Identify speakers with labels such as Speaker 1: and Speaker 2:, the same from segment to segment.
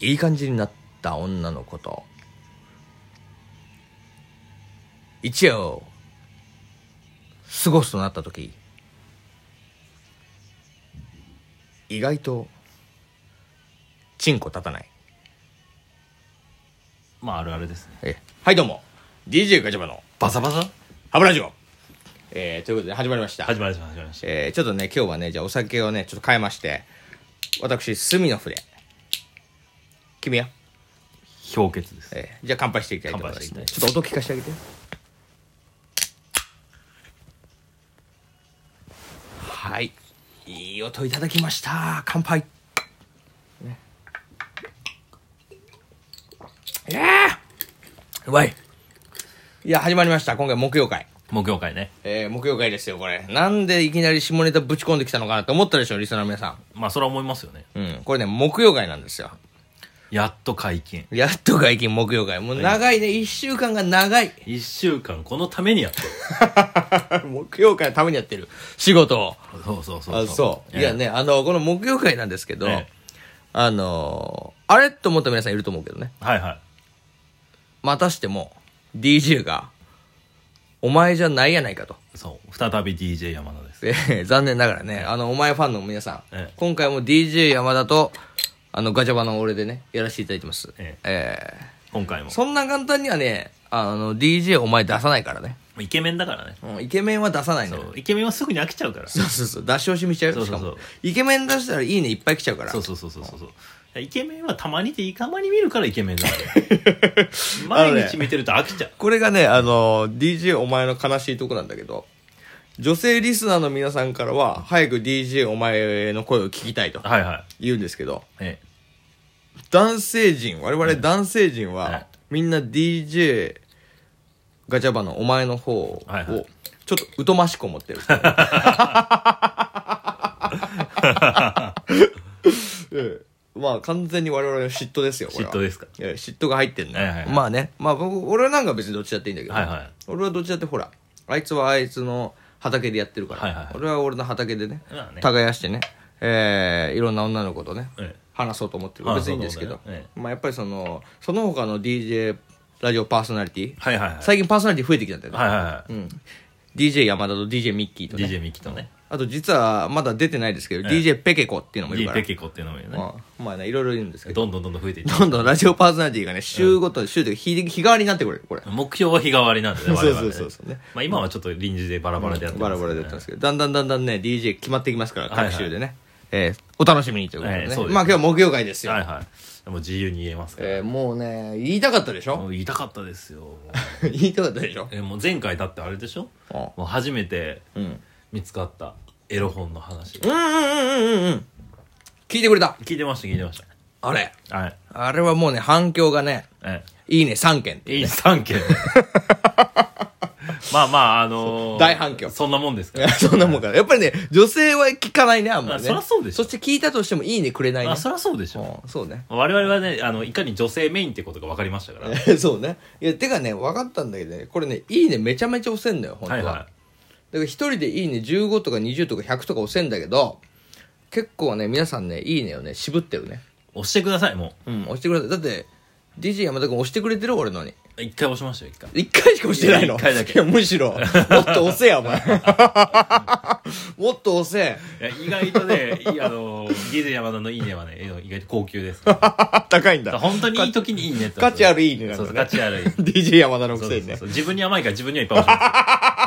Speaker 1: いい感じになった女の子と、一夜を過ごすとなった時、意外と、チンコ立たない。
Speaker 2: まああるあるですね
Speaker 1: えはい、どうも。DJ ガチャバの
Speaker 2: バサバサ
Speaker 1: ハブラジオ。えー、ということで始まりました。
Speaker 2: 始まりました始まりました
Speaker 1: えー、ちょっとね、今日はね、じゃあお酒をね、ちょっと変えまして、私、スミノフで、君は、
Speaker 2: 氷結です
Speaker 1: えー、じゃあ乾杯していきたいと思いま
Speaker 2: 乾
Speaker 1: す。
Speaker 2: 杯していき
Speaker 1: ちょっと音聞かせてあげて。はい。いい音いただきました。乾杯。ねいやーうまい。いや、始まりました。今回木曜会。
Speaker 2: 木曜会ね
Speaker 1: えー、木曜会ですよ、これ。なんでいきなり下ネタぶち込んできたのかなって思ったでしょ、リスナーの皆さ
Speaker 2: まあそれは思いますよね
Speaker 1: ん。うん。これね、木曜会なんですよ。
Speaker 2: やっと解禁
Speaker 1: やっと解禁、木曜会。もう長いね、一週間が長い。
Speaker 2: 1週間このためにやって る
Speaker 1: 木曜会のためにやってる。仕事を。
Speaker 2: そうそうそう
Speaker 1: あそう。いや
Speaker 2: ええ
Speaker 1: ね、あの、この木曜会なんですけど、
Speaker 2: ええ
Speaker 1: あのー、あれと思った皆さんいると思うけどね。
Speaker 2: はいはい
Speaker 1: またしても、DJ が、お前じゃないやないかと。
Speaker 2: そう再び DJ 山田です
Speaker 1: えー残念ながらね、あの、お前ファンの皆さん、
Speaker 2: ええ
Speaker 1: 今回も DJ 山田と、あの、ガチャバの俺でね、やらせていただいてます。
Speaker 2: え
Speaker 1: え
Speaker 2: 今回も
Speaker 1: ーそんな簡単にはね、あの、DJ お前出さないからね。
Speaker 2: イケメンだからね
Speaker 1: うんイケメンは出さないの
Speaker 2: そ
Speaker 1: よ。
Speaker 2: うイケメンはすぐに飽きちゃうから
Speaker 1: そうそうそう、出し惜しみしちゃう
Speaker 2: そ
Speaker 1: よ、
Speaker 2: う
Speaker 1: し
Speaker 2: そう
Speaker 1: か
Speaker 2: そう
Speaker 1: も。イケメン出したらいいねいっぱい来ちゃうから。
Speaker 2: そうそうそうそうそうそうイケメンはたまにでいいたまに見るからイケメンだから
Speaker 1: あのね
Speaker 2: 毎日見てると飽きちゃう
Speaker 1: これがね、あの、DJ お前の悲しいとこなんだけど、女性リスナーの皆さんからは、早く DJ お前の声を聞きたいと
Speaker 2: はいはい
Speaker 1: 言うんですけど、
Speaker 2: え
Speaker 1: 男性陣我々男性陣は、
Speaker 2: はい
Speaker 1: みんな DJ ガチャバのお前の方を、
Speaker 2: はいはい
Speaker 1: ちょっと疎ましく思って る ええまあ完全に我々の嫉妬ですよこれは
Speaker 2: 嫉妬ですか
Speaker 1: ええ嫉妬が入ってんね、
Speaker 2: はいはいはい
Speaker 1: まあねまあ僕俺なんか別にどっちだっていいんだけ
Speaker 2: え
Speaker 1: ど、
Speaker 2: はいはい
Speaker 1: 俺はどっちだってほらあいつはあいつの畑でやってるから、
Speaker 2: はいはいはい
Speaker 1: 俺は俺の畑でね,、
Speaker 2: まあね
Speaker 1: 耕してねええいろんな女の子とね、
Speaker 2: ええ
Speaker 1: 話そうと思ってる
Speaker 2: ああ
Speaker 1: 別にいいんですけど、
Speaker 2: そうだよねえ
Speaker 1: まあ、やっぱりそのその他の DJ ラジオパーソナリティ、
Speaker 2: はいはいはい
Speaker 1: 最近パーソナリティ増えてきたんだよね、
Speaker 2: はいはいは
Speaker 1: うん DJ 山田と DJ ミッキーと
Speaker 2: い
Speaker 1: ね
Speaker 2: DJ ミキとね
Speaker 1: あと実はまだ出てないですけど、
Speaker 2: え
Speaker 1: DJ ペケコっていうのもいる
Speaker 2: D
Speaker 1: から
Speaker 2: ペケコっていうのもいるね
Speaker 1: まあ、まあねいろいろいるんですけど
Speaker 2: どんどんどんどん増えていって
Speaker 1: どんどんラジオパーソナリティがね週ごと、週というか日日替わりになってくれるこれ
Speaker 2: 目標は日替わりなんで ね
Speaker 1: そうそう
Speaker 2: 我々ね
Speaker 1: そうそうね
Speaker 2: まあ今はちょっと臨時でバラバラでやって
Speaker 1: バ
Speaker 2: ま
Speaker 1: ラ
Speaker 2: す
Speaker 1: バ
Speaker 2: けど
Speaker 1: ラでや
Speaker 2: ね
Speaker 1: ったんですけどだんだんだんだんね DJ 決まってきますから
Speaker 2: はいはい
Speaker 1: 各週でね、えーお楽しみにということでね、
Speaker 2: ええそうですね
Speaker 1: まあ今日は木曜会ですよ、
Speaker 2: はいはいもう自由に言えますから
Speaker 1: えーもうね言いたかったでし
Speaker 2: も
Speaker 1: ょ
Speaker 2: う言いたかったですよ
Speaker 1: 言いたかったでしょ
Speaker 2: えもう前回だってあれでしょ
Speaker 1: あ
Speaker 2: もう初めて
Speaker 1: うん
Speaker 2: 見つかったエロ本の話
Speaker 1: うんうんうんうんうんうん聞いてくれた
Speaker 2: 聞いてました聞いてまし
Speaker 1: あれ
Speaker 2: たはい
Speaker 1: あれはもうね反響がね
Speaker 2: え
Speaker 1: いいね3件
Speaker 2: えいい3件まあまああのー
Speaker 1: 大反響
Speaker 2: そんなもんですか
Speaker 1: い や
Speaker 2: ら
Speaker 1: そんなもんかなやっぱりね女性は聞かないねあんまりね
Speaker 2: あそりゃそうでし
Speaker 1: そ
Speaker 2: ょ
Speaker 1: して聞いたとしてもいいねくれないね
Speaker 2: あそりゃそうでしょ
Speaker 1: うんそうね
Speaker 2: 我々はねあのいかに女性メインってことが分かりましたか ら
Speaker 1: そうねいやてかね分かったんだけどねこれねいいねめちゃめちゃ押せんのよ本当は
Speaker 2: は
Speaker 1: い
Speaker 2: は
Speaker 1: だから一人でいいね15とか20とか100とか押せんだけど結構ね皆さんねいいねをね渋ってるね
Speaker 2: い押してくださいも
Speaker 1: うん押してくれただって DJ 山田君押してくれてる俺のに
Speaker 2: う一回押しましたよ一回
Speaker 1: 一回しか押してないの
Speaker 2: いや一回だけ
Speaker 1: いやむしろもっと押せやお 前もっと押せ
Speaker 2: いや意外とね、いいあの、ギゼ山田のいいねはね、意外と高級です。だか
Speaker 1: 高いん
Speaker 2: ら
Speaker 1: だ
Speaker 2: 本当にいい時にいいねって。
Speaker 1: 価値あるいいねなんだ
Speaker 2: そう
Speaker 1: ね
Speaker 2: そう、価値あるいい。
Speaker 1: DJ 山田の
Speaker 2: そ
Speaker 1: く
Speaker 2: うそ
Speaker 1: せ
Speaker 2: う
Speaker 1: に
Speaker 2: そう
Speaker 1: ね
Speaker 2: そう。自分に甘いから自分にはいっぱい押しま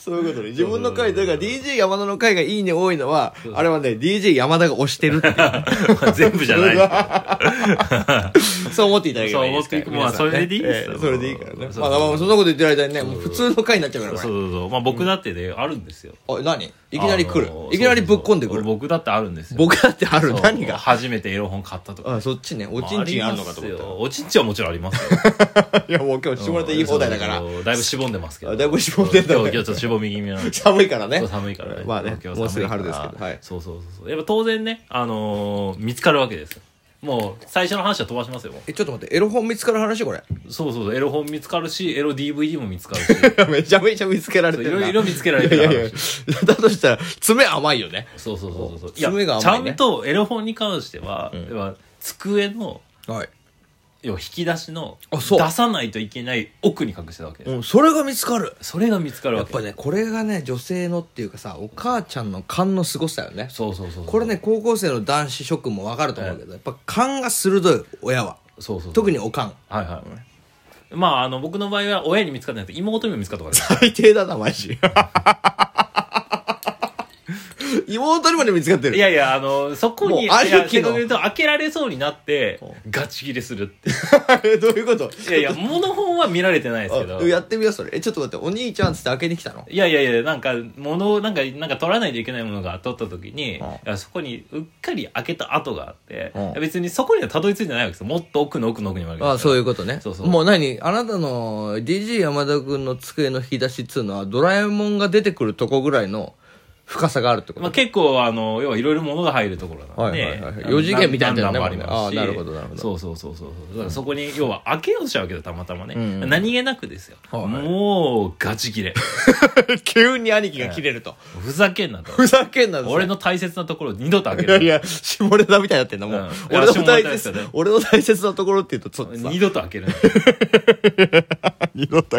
Speaker 1: そういうことね自分の回
Speaker 2: そ
Speaker 1: だ
Speaker 2: う
Speaker 1: か
Speaker 2: そ
Speaker 1: ら
Speaker 2: うそう
Speaker 1: DJ 山田の回がいいね多いのはあれはね DJ 山田が押してるっていう
Speaker 2: す。まあ全部じゃないです
Speaker 1: そう思っていただければいいですから
Speaker 2: そう思っていくまあ
Speaker 1: 皆さんね
Speaker 2: それでいいですよ
Speaker 1: ええそれでいいからね
Speaker 2: そう
Speaker 1: まあまあそんなこと言ってる間にねもう普通の回になっちゃうか
Speaker 2: け
Speaker 1: らこ
Speaker 2: ど。そ
Speaker 1: れ
Speaker 2: うそうそう。まあ僕だってね、あるんですよ。
Speaker 1: おい何いきなり来る
Speaker 2: あの
Speaker 1: いきなりぶっこんでく
Speaker 2: そう
Speaker 1: る
Speaker 2: そうそう僕だってあるんですよ。
Speaker 1: 僕だってある
Speaker 2: そう
Speaker 1: 何が
Speaker 2: 初めてエロ本買ったとか。
Speaker 1: あそっちねおちんちんあるのかと思
Speaker 2: ります
Speaker 1: っ
Speaker 2: よおちんちんはもちろんあ りますよ。
Speaker 1: たいやもう今日してもらっていい放題だから
Speaker 2: そうそうだいぶしぼんでますけ
Speaker 1: あ
Speaker 2: ど。
Speaker 1: だいぶしぼんでんだね
Speaker 2: 今日今日ちょっとしぼみ気味なんで。
Speaker 1: 寒いからね
Speaker 2: そう寒いからね。
Speaker 1: まあね
Speaker 2: 東京
Speaker 1: もうすぐ
Speaker 2: 寒い
Speaker 1: 春です
Speaker 2: から
Speaker 1: けどはい
Speaker 2: そうそうそうそう。やっぱ当然ね、あのー見つかるわけですよ。もう最初の話は飛ばしますよも
Speaker 1: え、ちょっと待って、エロ本見つかる話これ。
Speaker 2: うそうそうそうエロ本見つかるしエロ DVD も見つかるし
Speaker 1: めちゃめちゃ見つけられ
Speaker 2: そう
Speaker 1: て
Speaker 2: い
Speaker 1: るな。
Speaker 2: ろいろ見つけられ
Speaker 1: い
Speaker 2: て
Speaker 1: や
Speaker 2: る
Speaker 1: いやいや
Speaker 2: 話。
Speaker 1: だとしたら、爪甘いよね。
Speaker 2: そうそうそうそういや
Speaker 1: 爪が
Speaker 2: ち
Speaker 1: 甘
Speaker 2: ゃ
Speaker 1: いね
Speaker 2: んとエロ本に関しては、
Speaker 1: ん
Speaker 2: 要は机の
Speaker 1: はい。
Speaker 2: 要は引き出しの
Speaker 1: あそう
Speaker 2: 出さないといけない奥に隠してたわけです、
Speaker 1: うん、それが見つかる。
Speaker 2: それが見つか る
Speaker 1: や
Speaker 2: わ
Speaker 1: っ
Speaker 2: け
Speaker 1: ぱね、これがね、女性のっていうかさ、お母ちゃんの勘の凄さよね。
Speaker 2: そうそうそうそう
Speaker 1: これね、高校生の男子諸君もわかると思うけど、やっぱ勘が鋭い、親は。
Speaker 2: そうそうそう
Speaker 1: 特におかん。
Speaker 2: はいはいまああの僕の場合は親に見つかってなくて妹にも見つかったから
Speaker 1: 最低だな、マジ。 妹にまで見つかってる。
Speaker 2: いやいやあのそこに
Speaker 1: もう兄貴の
Speaker 2: いや正確に言うと開けられそうになってガチ切れするって
Speaker 1: え どういうこと
Speaker 2: いやいや物本は見られてないです けど
Speaker 1: あやってみよう、それ。え、ちょっと待って、お兄ちゃんっつって開けに来たの
Speaker 2: いやいやいや、なんか、物を、なんか、なんか取らないといけないものが取った時に、
Speaker 1: うん
Speaker 2: いやそこにうっかり開けた跡があって、
Speaker 1: うん
Speaker 2: いや別にそこにはたどり着いてないわけですよ。もっと奥の奥の奥にもあるわけ
Speaker 1: あ
Speaker 2: ですよ
Speaker 1: そういうことね。
Speaker 2: そうそう
Speaker 1: もう何あなたの DJ 山田君の机の引き出しっつうのは、ドラえもんが出てくるとこぐらいの深さがあるってこと、
Speaker 2: まあ、結構、あの、要はいろいろ物が入るところなんで、
Speaker 1: はいはいはい
Speaker 2: あの
Speaker 1: 四次元みたいなのね
Speaker 2: 何段もありますし。
Speaker 1: あなるほどなるほど
Speaker 2: そうそうそうそう。だからそこに、要は開けようとしたわけだ、たまたまね。
Speaker 1: うんうん
Speaker 2: 何気なくですよ。
Speaker 1: はいはい
Speaker 2: もう、ガチ切れ。
Speaker 1: 急に兄貴が切れると。
Speaker 2: ふざけんなと。
Speaker 1: ふざけんな
Speaker 2: 俺の大切なところを二度と開け
Speaker 1: いやい
Speaker 2: る。
Speaker 1: や、下ネタみたいになってんの、もう。
Speaker 2: うんいや
Speaker 1: 俺の大
Speaker 2: 下ネタです
Speaker 1: 切
Speaker 2: よね、
Speaker 1: 俺の大切なところって言うと、ちょっとさ
Speaker 2: 二、度と開けるな。
Speaker 1: 二度と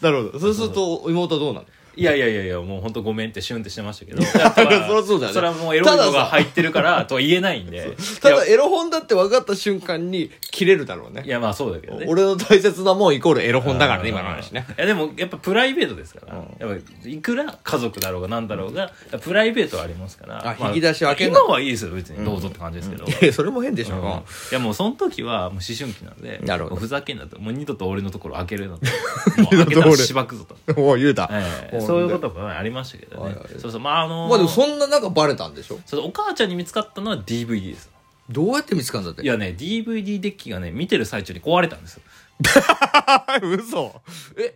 Speaker 1: なるほど。そうすると、妹はどうなの
Speaker 2: いやいやいやいや、もう本当ごめんってシュンってしてましたけど。
Speaker 1: そりゃそうだよね
Speaker 2: それはもうエロい
Speaker 1: ただ
Speaker 2: の
Speaker 1: さ
Speaker 2: が入ってるからとは言えないんで。
Speaker 1: た
Speaker 2: い
Speaker 1: だ、
Speaker 2: や
Speaker 1: エロ本だって分かった瞬間に、切れるだろう
Speaker 2: い
Speaker 1: ね。
Speaker 2: やまあそうだけどね。
Speaker 1: 俺の大切なもんイコールエロ本だからね、
Speaker 2: うん
Speaker 1: 今の話ね。
Speaker 2: いやでもやっぱプライベートですから。やっぱいくら家族だろうがなんだろうが、プライベートはありますから。
Speaker 1: あ
Speaker 2: ま
Speaker 1: 引き出し開けんな
Speaker 2: 今はいいですよ、別に。どうぞって感じですけど。
Speaker 1: いや、それも変でし
Speaker 2: うん
Speaker 1: ょ。
Speaker 2: いやもうその時はもう思春期なんで
Speaker 1: なるほど
Speaker 2: もうふざけんなともう二度と俺のところ開けるなと もう開けたらしばくぞと、
Speaker 1: もう言うた。
Speaker 2: え
Speaker 1: も
Speaker 2: えそういうこともありましたけど
Speaker 1: はい
Speaker 2: ね
Speaker 1: はい
Speaker 2: そうそうまああのー
Speaker 1: まあでもそんな中バレたんでしょ
Speaker 2: そうお母ちゃんに見つかったのは DVD です
Speaker 1: どうやって見つかんだって
Speaker 2: いやね DVD デッキがね見てる最中に壊れたんですよ
Speaker 1: 嘘え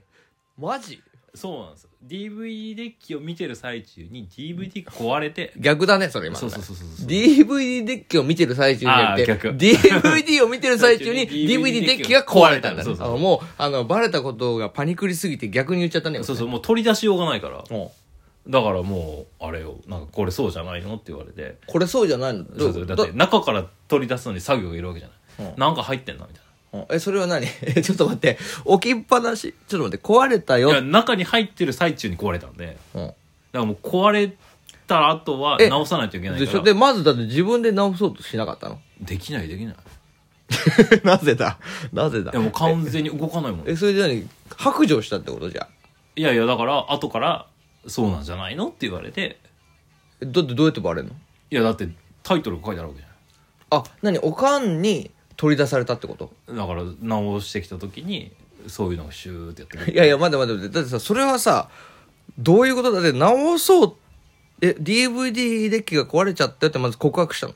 Speaker 1: マジ
Speaker 2: そうなんですよ DVD デッキを見てる最中に DVD が壊れて
Speaker 1: 逆だねそれ今
Speaker 2: そ
Speaker 1: の
Speaker 2: う
Speaker 1: ね
Speaker 2: そうそうそうそう
Speaker 1: DVD デッキを見てる最中にやって
Speaker 2: あー逆
Speaker 1: DVD を見てる 最中に DVD
Speaker 2: DVD
Speaker 1: デッキが壊れたんだね
Speaker 2: そうそう
Speaker 1: あのもうあのバレたことがパニクりすぎて逆に言っちゃったね
Speaker 2: そうそうもう取り出しようがないから
Speaker 1: うん
Speaker 2: だからもうあれよなんかこれそうじゃないのって言われて
Speaker 1: これそうじゃないの
Speaker 2: そ
Speaker 1: ど
Speaker 2: う
Speaker 1: う
Speaker 2: そ
Speaker 1: いううこ
Speaker 2: だ
Speaker 1: と
Speaker 2: って中から取り出すのに作業がいるわけじゃない、
Speaker 1: う
Speaker 2: なんか入ってんなみたい
Speaker 1: うんえそれは何 えちょっと待って置きっぱなしちょっと待って壊れたよ
Speaker 2: ないや中に入ってる最中に壊れたんでだか
Speaker 1: うん
Speaker 2: らもう壊れた後は
Speaker 1: え
Speaker 2: 直さないといけない
Speaker 1: で
Speaker 2: か
Speaker 1: そ
Speaker 2: ら
Speaker 1: れでまずだって自分で直そうとしなか ったの
Speaker 2: できないできない
Speaker 1: なぜだなぜだ
Speaker 2: いやもう完全に動かないもん
Speaker 1: えそれじゃ何白状したってことじゃ
Speaker 2: いやいやだから後からそうなんじゃないのって言われて
Speaker 1: あだってどうやってバレるの
Speaker 2: いやだってタイトルが書いてあるわけじ
Speaker 1: あ何おかんに取り出されたってこと
Speaker 2: ゃんだから直してきた時にそういうのがシューってやってくる
Speaker 1: いやいや待て待て待てだってさそれはさどういうことだって直そうえ DVD デッキが壊れちゃったよってまず告白したの、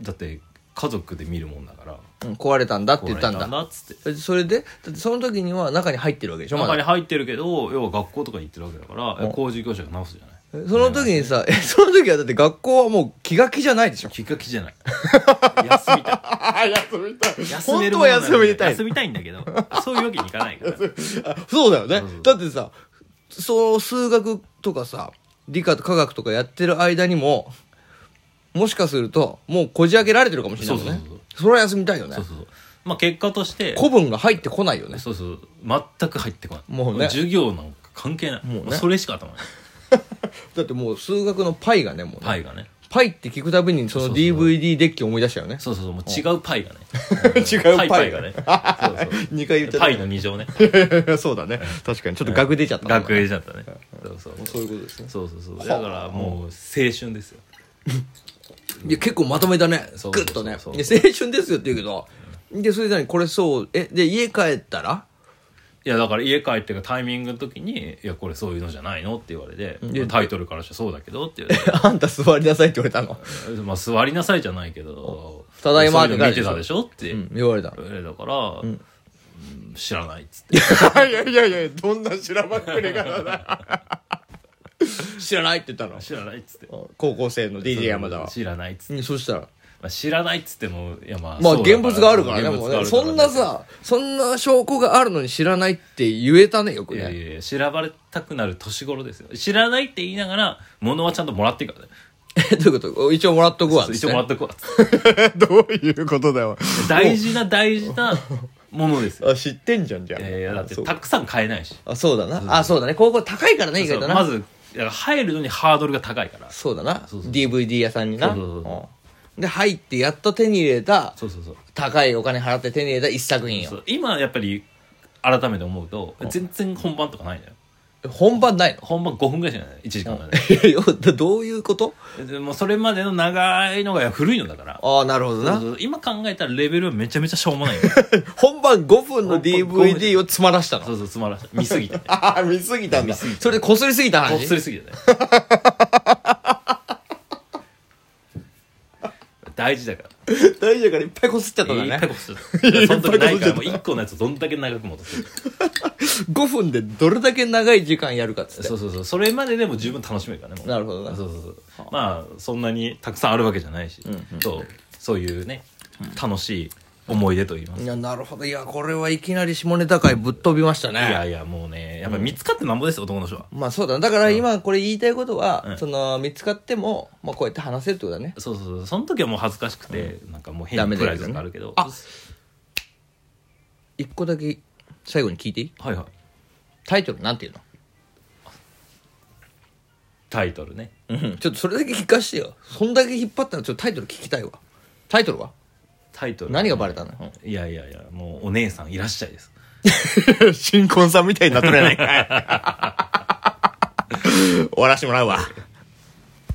Speaker 2: だって家族で見るもんだから
Speaker 1: うん、壊れたんだって言ったん
Speaker 2: こ
Speaker 1: だ
Speaker 2: れなんだっつって
Speaker 1: えそれでだってその時には中に入ってるわけでしょま
Speaker 2: 中に
Speaker 1: だ
Speaker 2: 入ってるけど要は学校とかに行ってるわけだからえ工事業者が直すじゃない
Speaker 1: えその時にさえその時はだって学校はもう気が気じゃないでしょ
Speaker 2: きっかけじゃない休みたい
Speaker 1: あ休みたい
Speaker 2: 休め
Speaker 1: 本
Speaker 2: る
Speaker 1: 当
Speaker 2: もん
Speaker 1: は
Speaker 2: なら
Speaker 1: 休みたい
Speaker 2: 休みたいんだけどそういうわけにいかないから
Speaker 1: あ そうだよね
Speaker 2: そうそう
Speaker 1: だってさその数学とかさ理科と科学とかやってる間にももしかするともうこじ開けられてるかもしれないもんね
Speaker 2: そうそうそう
Speaker 1: それは休みたいよね
Speaker 2: そうそうそうまあ結果として
Speaker 1: 古文が入ってこないよね
Speaker 2: そうそう全く入ってこない
Speaker 1: もうね
Speaker 2: 授業なんか関係ない
Speaker 1: もうね
Speaker 2: それしか頭ない
Speaker 1: だってもう数学のパイがねもうね
Speaker 2: パイがね
Speaker 1: パイって聞くたびにその
Speaker 2: そうそうそう
Speaker 1: DVD デッキを思い出したよね
Speaker 2: そうそうそうもう違うパイがね
Speaker 1: 違うパイ
Speaker 2: パイが ねそうそう
Speaker 1: 2回言っちゃった
Speaker 2: パイの2乗ね
Speaker 1: そうだね確かにちょっと額出ちゃったな
Speaker 2: 学園だったねそうそう
Speaker 1: そういうことですね
Speaker 2: そうそうそうだからもう青春ですよ
Speaker 1: いや結構まとめたね
Speaker 2: そう
Speaker 1: グッとね
Speaker 2: そうそう
Speaker 1: いや青春ですよって言うけどでそれなにこれそうえで家帰ったら
Speaker 2: いやだから家帰ってくタイミングの時に「いやこれそういうのじゃないの?」って言われて
Speaker 1: ん
Speaker 2: タイトルからして「そうだけど」って言われて
Speaker 1: あんた座りなさいって言われたの。
Speaker 2: 「まあ座りなさい」じゃないけど「
Speaker 1: ただいま
Speaker 2: そううの見てたでしょ」って
Speaker 1: うん、言わ れた。
Speaker 2: 言われたからうん知らない」っつって
Speaker 1: いやいやいや、どんな知らばっくれからだ。知らないって言ったの
Speaker 2: 「知らない」っつって
Speaker 1: 高校生の DJ 山田は。
Speaker 2: 知らない」っつって
Speaker 1: うん、そしたら、
Speaker 2: まあ、知らないっつってもいやまあ
Speaker 1: まあ
Speaker 2: そうだから
Speaker 1: 現物があるからね
Speaker 2: 現
Speaker 1: も
Speaker 2: 物
Speaker 1: う
Speaker 2: があ
Speaker 1: ね
Speaker 2: るから
Speaker 1: そんなさそんな証拠があるのに知らないって言えたねよく
Speaker 2: いや
Speaker 1: ね
Speaker 2: いやいや調べたくなる年頃ですよ知らないって言いながら物はちゃんともらっていいからね
Speaker 1: え どういうこと一応もらっとくわっつって
Speaker 2: 一応もらっとこ う
Speaker 1: どういうことだよ
Speaker 2: 大事な大事なもの ですよ
Speaker 1: あ知ってんじゃんじゃあ
Speaker 2: いやいやだって
Speaker 1: そう
Speaker 2: たくさん買えないし
Speaker 1: あそうだなあそうだね高校高いからね意外とな
Speaker 2: まずだから入るのにハードルが高いから
Speaker 1: そうだな
Speaker 2: そうそう
Speaker 1: DVD 屋さんにな
Speaker 2: そうそうそ
Speaker 1: う
Speaker 2: う
Speaker 1: んで入ってやっと手に入れた
Speaker 2: そうそうそう
Speaker 1: 高いお金払って手に入れた一作品
Speaker 2: そ
Speaker 1: よ
Speaker 2: う今やっぱり改めて思うと全然本番とかないのよ
Speaker 1: 本番ないの
Speaker 2: 本番5分ぐらいしかない1時間ぐら い
Speaker 1: いやど どういうこと
Speaker 2: でもうそれまでの長いのが古いのだから
Speaker 1: ああなるほど
Speaker 2: そう
Speaker 1: な
Speaker 2: そう今考えたらレベルはめちゃめちゃしょうもないよ
Speaker 1: 本番5分の DVD を詰まらした
Speaker 2: そ
Speaker 1: の
Speaker 2: うそうつまらない見す ぎてね
Speaker 1: ああ見すぎたんだそれでこすりすぎた
Speaker 2: こっ
Speaker 1: 話
Speaker 2: そりすぎてね 大事だから
Speaker 1: 大事だからいっぱいこすっちゃったん
Speaker 2: い
Speaker 1: だ
Speaker 2: っぱい
Speaker 1: ね
Speaker 2: こすって たその時ないからもう
Speaker 1: い
Speaker 2: 1個のやつどんだけ長く戻す
Speaker 1: 5分でどれだけ長い時間やるかっつって
Speaker 2: そうそうそうそれまででも十分楽しめるからねもう
Speaker 1: なるほどな
Speaker 2: そうそうそうまあそんなにたくさんあるわけじゃないし、そうそういうね楽しい思い出といいます、
Speaker 1: いやなるほどいやこれはいきなり下ネタ界ぶっ飛びましたね
Speaker 2: いやいやもうねやっぱり見つかってなんぼですよ男の人は
Speaker 1: まあそうだなだから今これ言いたいことは、
Speaker 2: うん
Speaker 1: その見つかっても、まあ、こうやって話せるってことだね
Speaker 2: そうそうそうその時はもう恥ずかしくて、なんかもう変
Speaker 1: ダ
Speaker 2: な
Speaker 1: メ
Speaker 2: プ
Speaker 1: だ
Speaker 2: ライ
Speaker 1: けど
Speaker 2: ド
Speaker 1: ね
Speaker 2: とかあるけど
Speaker 1: あ一個だけ最後に聞いていい
Speaker 2: はいはい
Speaker 1: タイトルなんていうの
Speaker 2: タイトルね
Speaker 1: ちょっとそれだけ聞かしてよそんだけ引っ張ったらちょっとタイトル聞きたいわタイトルは
Speaker 2: タイトル
Speaker 1: 何がバレたの、うん
Speaker 2: いやいやいやもうお姉さんいらっしゃいです
Speaker 1: 新婚さんみたいになっとれないかい終わらしてもらうわ